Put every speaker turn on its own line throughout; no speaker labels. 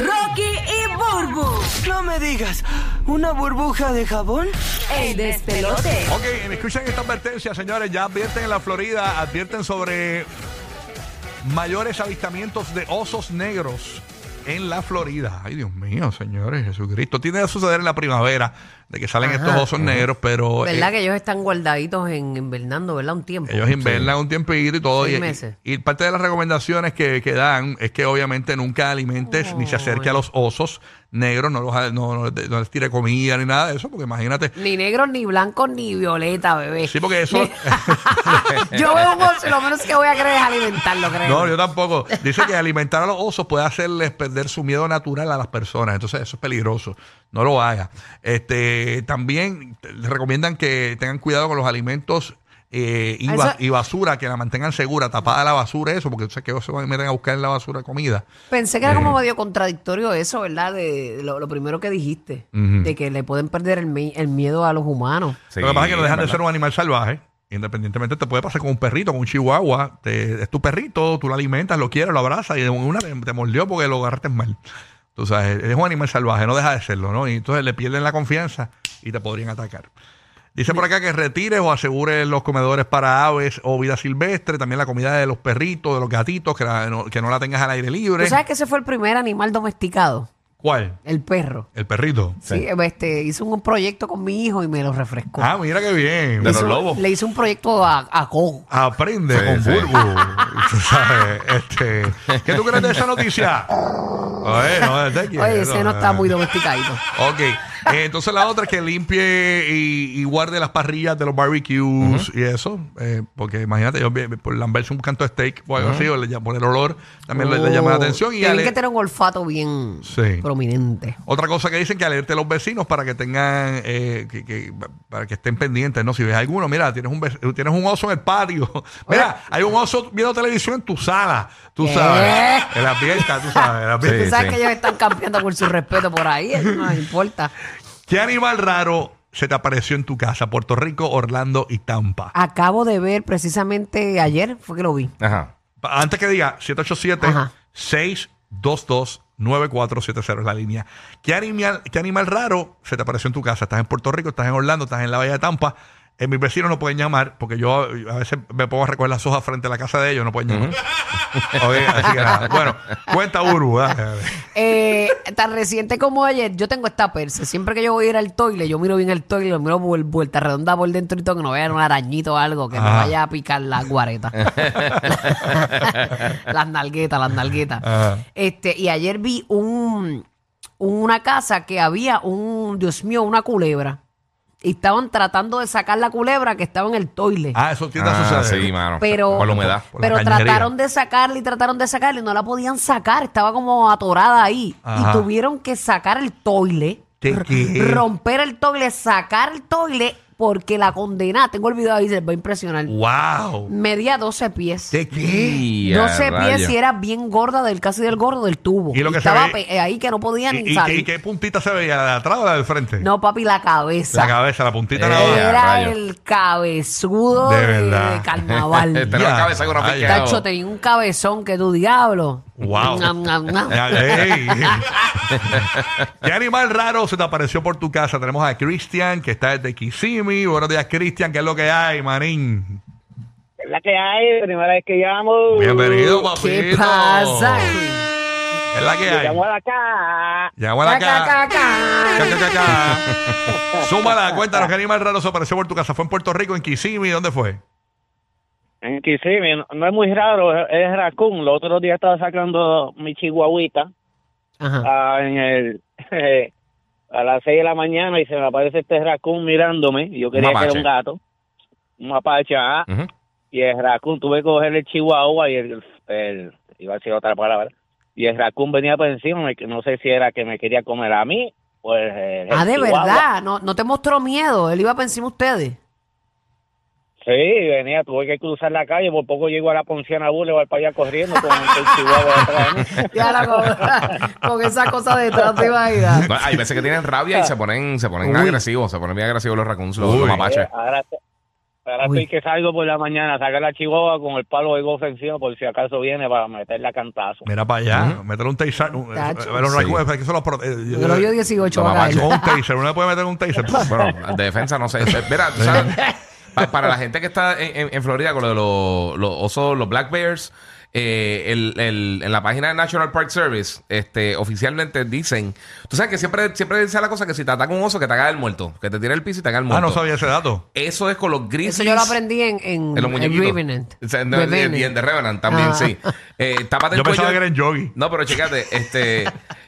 Rocky y Burbu.
No me digas, ¿una burbuja de jabón?
El despelote.
Ok, me escuchan esta advertencia, señores. Ya advierten en la Florida, advierten sobre mayores avistamientos de osos negros en la Florida. Ay, Dios mío, señores, Jesucristo. Tiene que suceder en la primavera de que salen estos osos negros, pero
¿Verdad que
eh,
ellos están guardaditos en invernando, verdad? Un tiempo.
ellos invernan un tiempito y todo.
Seis
y,
meses.
y- y parte de las recomendaciones que, que dan es que obviamente nunca alimentes ni se acerque a los osos negros, no, los, no, no- no les tire comida ni nada de eso, porque imagínate.
Ni negros, ni blancos, ni violeta, bebé.
Sí, porque eso...
Yo veo un oso y lo menos que voy a querer es alimentarlo, creo.
No, yo tampoco. Dice que alimentar a los osos puede hacerles perder su miedo natural a las personas. Entonces, eso es peligroso. No lo haga. Este, también te- les recomiendan que tengan cuidado con los alimentos eh, y,
Ah,
ba-
eso-
y basura, que la mantengan segura, tapada la basura, eso, porque tú sabes que ellos se van- meten a buscar en la basura comida.
Pensé que era
Mm.
como medio contradictorio eso, ¿verdad? De lo, lo primero que dijiste, de que le pueden perder el, mi- el miedo a los humanos.
lo que pasa es que no dejan de
¿verdad?
ser un animal salvaje. Independientemente, te puede pasar con un perrito, con un chihuahua. Te- es tu perrito, tú lo alimentas, lo quieres, lo abrazas y de una te, te mordió porque lo agarraste mal. Tú sabes, es un animal salvaje, no deja de serlo, ¿no? Y entonces le pierden la confianza y te podrían atacar. Dice por acá que retires o asegures los comedores para aves o vida silvestre, también la comida de los perritos, de los gatitos, que, la- no, que no la tengas al aire libre.
¿Tú sabes que ese fue el primer animal domesticado?
¿Cuál?
El perro.
El perrito.
Sí. este, hice un proyecto con mi hijo y me lo refrescó.
Ah, mira qué bien.
De
Pero
los
Hizo-
lobos.
Le hice un proyecto a, a Coco.
Aprende
Sí,
con
sí.
Burbu. Tú sabes, este, ¿Qué tú crees de esa noticia? Oye, eh, no, te quiero.
Oye, ese no está muy domesticadito.
Ok, eh, entonces la otra es que limpie y, y guarde las parrillas de los barbecues y eso, eh, porque imagínate, yo, vi- por lamberse un canto de steak o algo así, o le, llamo- por el olor, también le, le llama la
Oh,
atención. Y
Tienen
ale-
que tener un olfato bien
Sí.
prominente.
Otra cosa que dicen que alerte a los vecinos para que tengan, eh, que, que- para que estén pendientes, ¿no? Si ves alguno, mira, tienes un, ve- tienes un oso en el patio. mira, hay un oso viendo televisión en tu sala, tú
¿Qué?
sabes. En la fiesta, tú sabes. en la
Sí.
fiesta.
Tú sabes que ellos están campeando por su respeto por ahí, eso no les importa.
¿Qué animal raro se te apareció en tu casa? Puerto Rico, Orlando y Tampa.
Acabo de ver precisamente ayer, fue que lo vi.
Ajá.
Pa- Antes que diga,
Ajá.
787-622-9470 es la línea. ¿Qué animal, ¿Qué animal raro se te apareció en tu casa? Estás en Puerto Rico, estás en Orlando, estás en la Bahía de Tampa. En mis vecinos no pueden llamar porque yo a veces me pongo a recoger las hojas frente a la casa de ellos, no pueden llamar. Ok, así que nada. Bueno, cuenta Urbu. dale, dale.
Eh, tan reciente como ayer, yo tengo esta persa. Siempre que yo voy a ir al toile, yo miro bien el toile, lo miro vuel- vuelta redonda por dentro y todo, que no vean un arañito o algo, que me
Ajá.
vaya a picar la guareta. las nalguetas, las nalguetas.
Ajá.
Este, y ayer vi un, una casa que había un, Dios mío, una culebra. Y estaban tratando de sacar la culebra que estaba en el toile.
Ah, eso tiende a
Ah,
suceder.
sí, mano.
Pero,
Por la humedad.
por la
pero
cañería.
trataron de sacarla y trataron de sacarla y no la podían sacar. Estaba como atorada ahí.
Ajá.
Y tuvieron que sacar el toile,
¿De qué?
romper el toile, sacar el toile, porque la condena, tengo el video ahí, se les va a impresionar.
¡Wow!
Medía 12 pies.
¿De qué?
Y a
12 pies
rayos.
y era bien gorda del caso y del gordo del tubo.
Y lo que se
estaba
ve-
pe- eh, ahí que no podía
¿Y,
ni
y qué,
salir.
y qué puntita se veía? ¿La de atrás o la del frente?
No, papi, la cabeza.
La cabeza, la puntita
Eh,
nada más.
ya,
Era
rayos.
el cabezudo
De
de,
verdad.
de carnaval.
Tenía
Ya,
la cabeza con una
rayos.
pica.
Tacho, tenía un cabezón que tu diablo.
Wow.
Nam, nam, nam.
Ya, ey. ¿Qué animal raro se te apareció por tu casa? Tenemos a Cristian, que está desde Kissimmee. Buenos días, Cristian. ¿Qué es lo que hay, manín?
Es la que hay, primera vez que llamo.
Bienvenido, papito.
¿Qué pasa?
¿Qué es la que hay?
Llegamos a la casa.
Llegamos a la casa. Ca, ca, ca, ca. Súmala, cuéntanos qué animal raro se apareció por tu casa. ¿Fue en Puerto Rico, en Kissimmee? ¿Dónde fue?
En Kissimmee, no, no es muy raro, es- es raccoon. Los otros días estaba sacando mi chihuahuita
Ajá.
ah, en el, a las 6 de la mañana y se me aparece este raccoon mirándome. Yo quería que era
mapache.
un gato, un mapache, ajá.
Ujú.
y el raccoon tuve que coger el chihuahua y el, el- iba a decir otra palabra, y el raccoon venía por encima, me- no sé si era que me quería comer a mí, pues... el
Ah, de
chihuahua-
verdad, no, no te mostró miedo, él iba por encima de ustedes.
Sí, venía, tuve que cruzar la calle, por poco llego a la Ponciana Boulevard para allá corriendo con el chihuahua detrás de mí.
Ya la con, con esa cosa detrás te iba a ir. a-
No, hay veces que tienen rabia y se ponen, se ponen agresivos, se ponen bien agresivos los raccoons, los, los mapaches.
Eh, Ahora, te- ahora
Uy.
estoy que salgo por la mañana a sacar la chihuahua con el palo de golf encima por si acaso viene para meterla a cantazo.
Mira para allá, meter un taser. Un,
Tacho.
eh, los
Sí.
raccoons, es que son los pro- eh,
Yo lo vio 18
No,
va a caer.
macho.
Con un taser, uno le puede meter un taser. ¡pum!
Bueno, de defensa no sé. Eh, Mira, tú sabes, pa- para la gente que está en, en- en Florida con lo de los, los osos, los black bears, eh, el- el- en la página de National Park Service, este, oficialmente dicen, tú sabes que siempre, siempre dice la cosa que si te ataca un oso, que te haga el muerto, que te tire el piso y te haga el
Ah,
muerto.
no sabía ese dato.
Eso es con los grises.
Eso yo lo aprendí en, en,
En los
en
muñequitos.
Revenant.
O sea, no, y-
Revenant.
y en The Revenant también,
Ah.
sí. Eh, tápate el
Yo pensaba
cuello.
que era en Yogi.
No, pero chécate, este,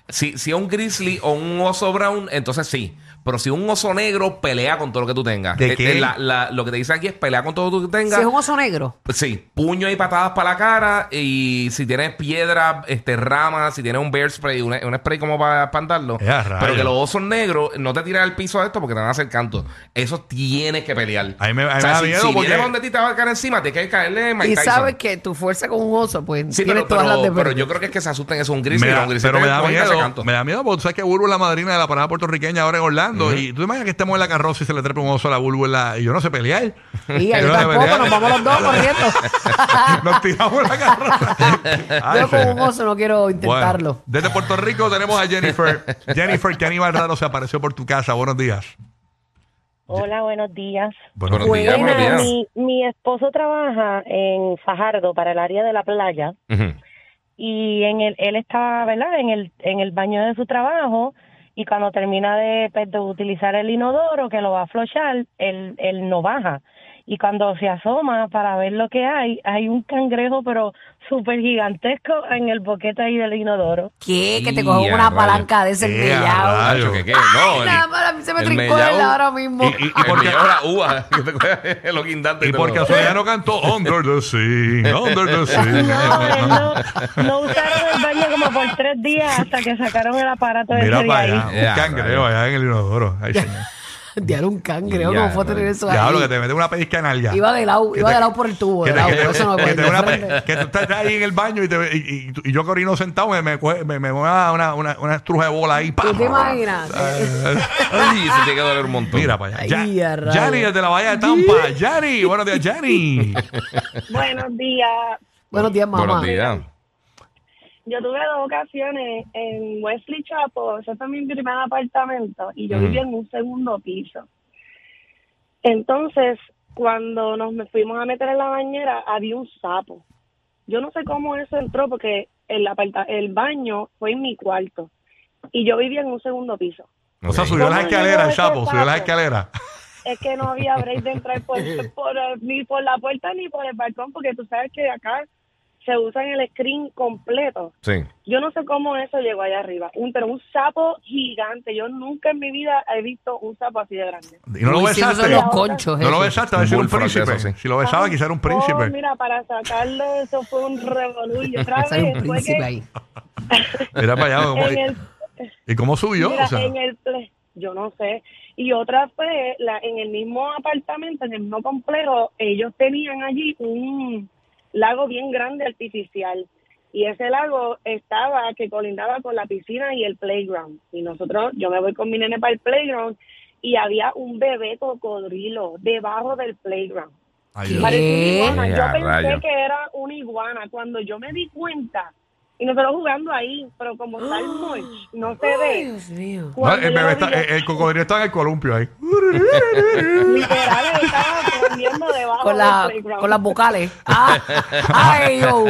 si, si es un grizzly o un oso brown, entonces sí. Pero si un oso negro, pelea con todo lo que tú tengas.
¿De
Eh,
qué?
eh, la- la- lo que te dicen aquí es pelea con todo lo que tú tengas.
Si es un oso negro.
Pues Sí, puño y patadas para la cara. Y si tienes piedra, este, ramas, si tienes un bear spray, un, un spray como para espantarlo.
Eh, a rayos.
pero que los osos negros no te tiran al piso de esto porque te van a hacer canto. Eso tienes que pelear.
A mí me- a mí
O sea,
me da
si,
miedo
si
porque-
viene donde ti te va a caer encima, te que caerle Mike
Y
Tyson.
sabes que tu fuerza con un oso, pues
Sí,
tienes
pero,
todas
pero,
las de
pero
perder.
yo creo que es que se asusten esos un gris,
Me da-
un gris
pero me da
te- te- te- te- te-
miedo.
canto.
Me da miedo porque tú sabes que Bulbo es la madrina de la parada puertorriqueña ahora en Orlando. Y tú te imaginas que estemos en la carroza y se le trepa un oso a la Bulbo en la- y yo no sé pelear.
Y
Yo
yo
no sé
tampoco,
pelear.
nos vamos los dos corriendo.
Nos tiramos en la carroza. Ay,
yo
sí.
con un oso no quiero
Bueno,
intentarlo.
desde Puerto Rico tenemos a Jennifer. Jennifer, qué animal raro se apareció por tu casa. Buenos días.
Hola, buenos días.
Buenos
días.
días, buenos
Buenas,
días.
mi, mi esposo trabaja en Fajardo para el área de la playa
Ujú.
y en el, él está, ¿verdad? En el, en el baño de su trabajo y cuando termina de, pues, de utilizar el inodoro que lo va a flochar, él, él no baja. Y cuando se asoma para ver lo que hay, hay un cangrejo pero súper gigantesco en el boquete ahí del inodoro.
¿Qué? Que te
Y
cogen
a
una
rayos.
palanca de ese
Eh, a
mellao.
rayos.
Nacho, ¿qué, qué? No, el-
Nada más a mí se me
el
trincó
mellao-
el ahora mismo.
Y- y-
Y por
porque-
qué ahora uva, que te coge los guindantes.
Y por
todo.
casualidad no cantó Under the Sea, Under the
No, él
Sea.
no, no usaron el baño como por tres días hasta que sacaron el aparato de
Mira
ese de
para
ahí.
allá,
Ya,
un cangrejo
rayos.
allá en el inodoro. Ay, señor.
Diar un cangrejo,
Ya,
¿cómo fue tener
rayos.
eso ahí?
Ya hablo que te mete una pellizca en alga.
Iba de lado,
Que
iba
te-
de lado por el tubo,
Que
de
te-
lado,
que
por eso no
te- que te-
cogió
una
de
pe-
frente.
que tú estás ahí en el baño y, te- y- y- y yo corino sentado me, me, coge- me, me mueve una, una, una estruja de bola ahí. ¡pam!
¿Tú te imaginas?
Ay, se tiene que doler un montón.
Mira para allá.
Ay, a
Ya-
rayos.
Yanni desde la Bahía de Tampa. Yanni, buenos días, Yanni.
Buenos días.
Buenos días, mamá.
Buenos días.
Yo tuve dos ocasiones en Wesley Chapo, ese fue mi primer apartamento, y yo vivía en un segundo piso. Entonces, cuando nos me- fuimos a meter en la bañera, había un sapo. Yo no sé cómo eso entró, porque el, aparta- el baño fue en mi cuarto, y yo vivía en un segundo piso.
O sea,
Ok.
subió las
¿Cómo
escaleras,
llegó
el
ese
sapo, subió las
sapo?
escaleras.
Es que no había break de entrar por, por, eh, ni por la puerta ni por el balcón, porque tú sabes que acá se usa en el screen completo.
Sí.
Yo no sé cómo eso llegó allá arriba, un, pero un sapo gigante. Yo nunca en mi vida he visto un sapo así de grande.
Y no lo
Uy, sí, esos
besaste.
son los conchos,
No lo
esos.
besaste, a ver si era un
Un bullfrog de
príncipe.
esos, sí.
Si lo besaba, quizá era un
Oh,
príncipe.
mira, para sacarlo, eso fue un revolullo. Otra
Ese
vez,
era un
fue que
príncipe ahí.
Mira para allá. como-
en el,
¿Y cómo subió?
mira,
O sea,
en el ple- yo no sé. Y otra fue la, en el mismo apartamento, en el mismo complejo, ellos tenían allí un lago bien grande artificial. Y ese lago estaba que colindaba con la piscina y el playground. Y nosotros, yo me voy con mi nene para el playground y había un bebé cocodrilo debajo del playground.
ay,
¿Qué?
Dios.
Parecía una iguana.
Eh,
Yo
a
pensé
rayo.
que era una iguana. Cuando yo me di cuenta, y nosotros jugando ahí, pero como está el mulch, no se
Ay,
ve.
Dios mío.
No,
Cuando
el,
yo
bebé
lo
está- eh,
vi, yo-
el- el cocodrilo está en el columpio ahí. eh".
literal estaba corriendo debajo
Con, la,
del playground.
con las vocales. Ah, ay, yo.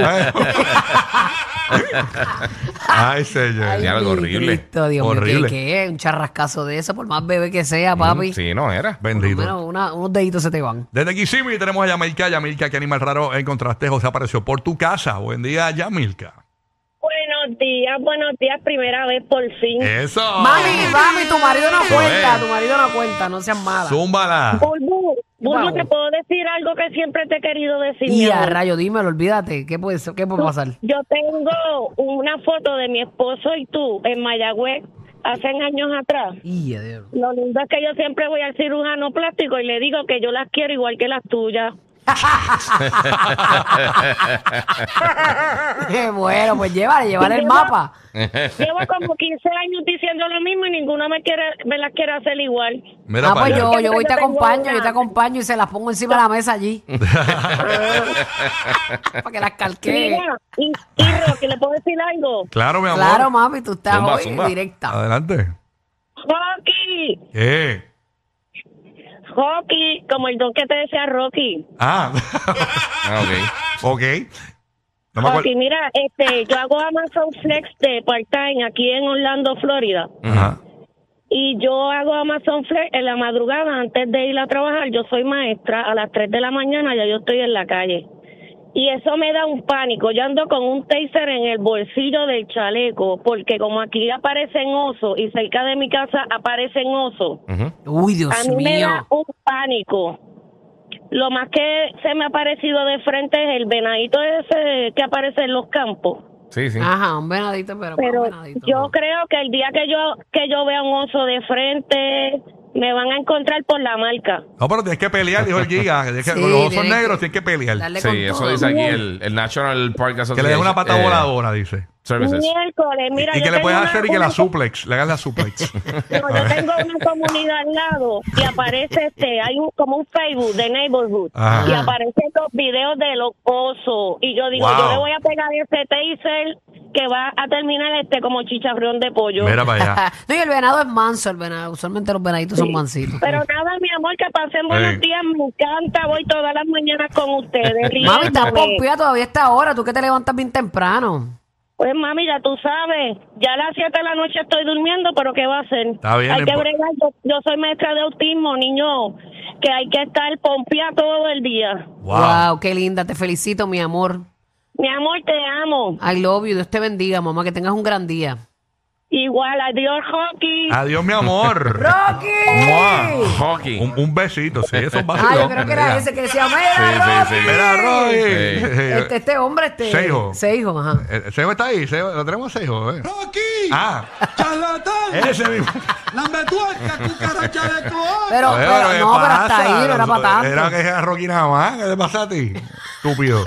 Ay, señor.
Ya, algo
mi
horrible.
Cristo, Dios mío, ¿qué-
Horrible.
¿qué, es? Un charrascazo de eso, por más bebé que sea, papi.
Sí, no era.
Por lo
Bendito.
menos una- unos deditos se te van.
Desde Kissimmee tenemos a Yamilka. Yamilka, ¿qué animal raro encontraste o se apareció por tu casa? Buen día, Yamilka.
Buenos días, buenos días, primera vez por fin.
¡Eso!
Mami, mami, tu marido no
Joel.
cuenta, tu marido no cuenta, no seas mala.
¡Zúmbala!
Bulbu, Burbu,
pasó?
te puedo decir algo que siempre te he querido decir. mi
Y a
amor?
rayo, dímelo, olvídate. ¿Qué puede, ser- qué puede pasar?
Yo tengo una foto de mi esposo y tú en Mayagüez hace años atrás.
Y a diablo.
Lo lindo es que yo siempre voy al cirujano plástico y le digo que yo las quiero igual que las tuyas.
bueno, pues llévale, llévale el mapa.
Llevo como 15 años diciendo lo mismo y ninguno me quiere me las quiere hacer igual.
Mira
Ah,
para
pues
allá.
yo, yo voy y te
Yo tengo
acompaño,
una.
yo te acompaño y se las pongo encima de la mesa allí. Para que las calquee.
Mira, y, y Rocky, ¿le puedo decir algo?
Claro, mi amor.
Claro, mami, tú estás
Zumba,
hoy
zumba.
Ah.
directa.
Adelante.
Rocky,
¿Qué?
Rocky, como el don que te decía Rocky.
Ah,
Ah, ok.
ok. No me acuerdo.
Rocky, mira, este, yo hago Amazon Flex de part-time aquí en Orlando, Florida.
Ajá.
Y yo hago Amazon Flex en la madrugada antes de ir a trabajar. Yo soy maestra, a las 3 de la mañana ya yo estoy en la calle. Y eso me da un pánico. Yo ando con un taser en el bolsillo del chaleco, porque como aquí aparecen osos y cerca de mi casa aparecen osos,
Ujú.
Uy,
a
Dios
mí me da
mío.
un pánico. Lo más que se me ha parecido de frente es el venadito ese que aparece en los campos.
Sí, sí.
Ajá, un venadito, pero,
Pero
un Ah, venadito.
yo
no.
creo que el día que yo que yo vea un oso de frente, me van a encontrar por la marca.
No, pero tienes que pelear, dijo el Giga. Tienes que-
Sí,
con los osos
tienes
negros
que-
tienes que pelear.
Dale con
Sí, eso
todo.
dice aquí el, el National Park Association.
Que le des una pata
eh,
voladora, dice.
Services.
Miércoles, mira.
y
yo
que le
tengo
puedes
una-
hacer y que
una
la suplex, le hagas la suplex.
No, yo tengo una comunidad al lado y aparece este, hay un, como un Facebook de Neighborhood
Ajá.
y aparecen los videos de los osos y yo digo,
Wow.
yo le voy a pegar ese taser que va a terminar este como chicharrón de pollo.
Mira para allá.
no, y el venado es manso, el venado. Usualmente los venaditos son mancitos.
Pero nada, mi amor, que pasen buenos
Ey.
días, me encanta, voy todas las mañanas con ustedes.
Mami, estás
riéndome.
pompeada todavía a esta hora. Tú que te levantas bien temprano.
Pues mami, ya tú sabes, ya a las 7 de la noche estoy durmiendo, pero ¿qué va a hacer?
Está bien,
hay que
empo-
bregar, yo, yo soy maestra de autismo, niño, que hay que estar pompeada todo el día.
Wow.
Wow, qué linda. Te felicito, mi amor.
Mi amor, te amo.
I love you. Dios te bendiga, mamá. Que tengas un gran día.
Igual, adiós, hockey.
Adiós, mi amor.
¡Rocky!
Ah, Hockey.
Un, un besito, sí, eso es
Ah,
vacilón.
yo creo que era
Mira.
ese que decía, ¡Mira,
Sí, sí, sí.
Mira, Roy.
Sí.
Este, este hombre, este.
Seijo.
Seijo, ajá.
Eh, Sego está ahí, Sego, lo tenemos a Sego. Eh.
¡Rocky!
Ah,
¡Charlatán!
ese mismo.
¡Lambetuerca, cucaracha de cojones!
Pero,
Oye,
pero,
¿qué
no, pero
pasa?
hasta ahí, no era para tanto.
Era que era Rocky nada más. ¿Qué te pasa a ti? Estúpido.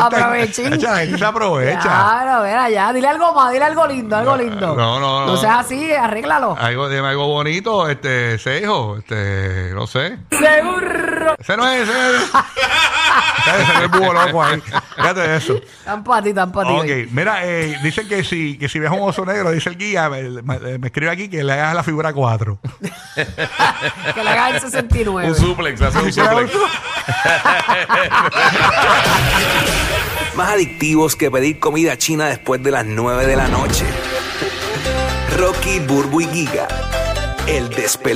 Aprovechín.
Mucha gente se aprovecha.
Claro, mira, ya. Dile algo más, dile algo lindo, algo lindo.
no, no, no.
No seas así, arréglalo.
Algo, dime algo bonito, este, Seijo, este, no sé.
Seguro.
Ese no es, ese no es. Ese no es el búho loco ahí. Fíjate eso.
Tan para ti, tan para ti.
Ok, mira, eh, dicen que si, que si ves un oso negro, dice el guía, me, me- me escribe aquí que le hagas la figura 4.
Que le hagas el 69.
Un suplex, hace un suplex.
Más adictivos que pedir comida china después de las 9 de la noche. Rocky, Burbu y Giga. El despelote.